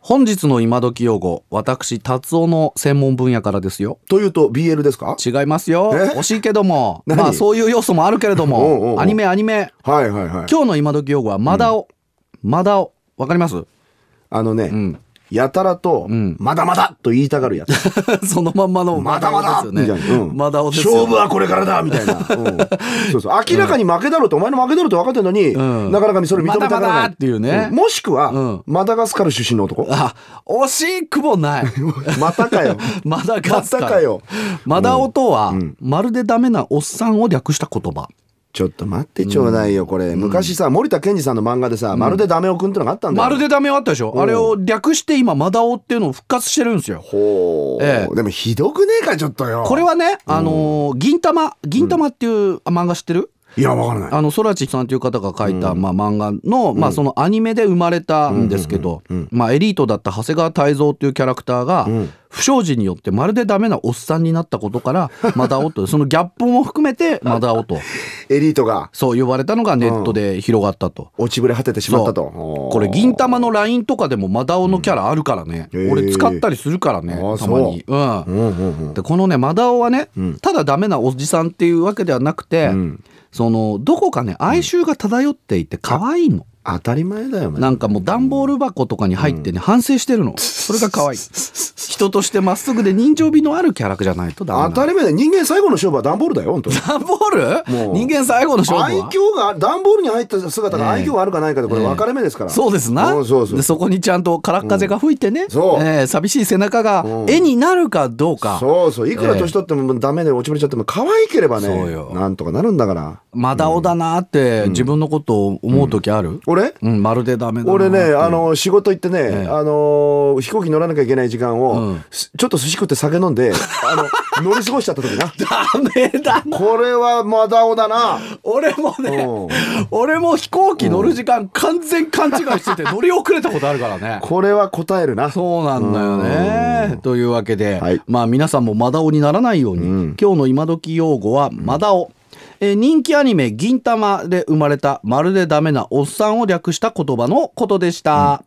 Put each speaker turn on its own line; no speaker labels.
本日の今時用語、私、達夫の専門分野からですよ。
というと BL ですか
違いますよ。
え
惜しいけども。
何
まあ、そういう要素もあるけれど
おうおうお
も。
う
アニメ、アニメ。
はいはいはい
今日の今時用語は、マダオ。マダオ。わかります
あのね、
ん
やたらと、
ん
まだまだと言いたが るやつ
そのまんまの
ま
マダ
だま
オで
だ
すよ
みたいな、
ね。
うん
マダオですよ。
勝負はこれか らだみたいな、うんそうそう明らかに負けだろうとお前の負けだろうと分かってるのに、
ん
なかなかそれ認めたがらな
まだ
い
まだっていうね
んもしくは、
うん
マダガスカル出身 の男
あ、惜しくも ない。
またかよ
マダガスカル
またかよ
マダオとは、
うん
まるでダメなおっさんを略した言葉。
ちょっと待ってちょうだいよこれ、昔さ森田健二さんの漫画でさ、まるでダメオくんってのがあったんだよ
まるでダメはあったでしょ
ん
あれを略して今、マダオっていうのを復活してるんですよ。
ほう、
ええ
でもひどくねえかちょっとよ
これはね、あのー銀玉、銀玉っていう漫画知ってる、
いやわからない
あの、ソラチさんという方が書いた、まあ、漫画の、まあ、そのアニメで生まれたんですけど、まあ、エリートだった長谷川泰造っていうキャラクターが、不祥事によってまるでダメなおっさんになったことから、 マダオと、そのギャップも含めて、マダオと、
エリートが
そう呼ばれたのがネットで広がったと。
落ちぶれ果ててしまったと
そうこれ銀玉の LINE とかでもマダオのキャラあるからね、
うんへー
俺使ったりするからね
あ
たまにうん、でこのねマダオはね、ただダメなおじさんっていうわけではなくて、そのどこかね哀愁が漂っていて可愛いの、
当たり前だよお前
なんかもう段ボール箱とかに入ってね、反省してるのそれが可愛い人としてまっすぐで人情味のあるキャラクターじゃないとダメな
当
の
たり前だよ人間最後の勝負は段ボールだよ本当に
段ボール
もう
人間最後の勝負
愛
は
嬌が段ボールに入った姿が愛嬌があるかないかでこれ分かれ目ですから、
そうですな。
んそうそう
でそこにちゃんと空っ風が吹いてね、
そう
えー寂しい背中が
うん
絵になるかどうか、
そうそういくら年取ってもダメで落ちぶれちゃっても可愛ければね
そうよ
なんとかなるんだから
マダオだなって自分のことを思う時ある、うん
俺
まるでダメだな
俺ね、あ
の
の、仕事行ってね、あの、飛行機乗らなきゃいけない時間
う
を
ん、
すちょっと寿司食って酒飲んで、あの、乗り過ごしちゃった時な。
ダメだな
これはマダオだな。
俺もね
うん
俺も飛行機乗る時間完全勘違いしてて乗り遅れたことあるからね
これは答えるな。
そうなんだよね。というわけで、
はい
まあ皆さんもマダオにならないように、今日の今時用語はマダオ。えー人気アニメ「銀魂」で生まれたまるでダメなおっさんを略した言葉のことでした。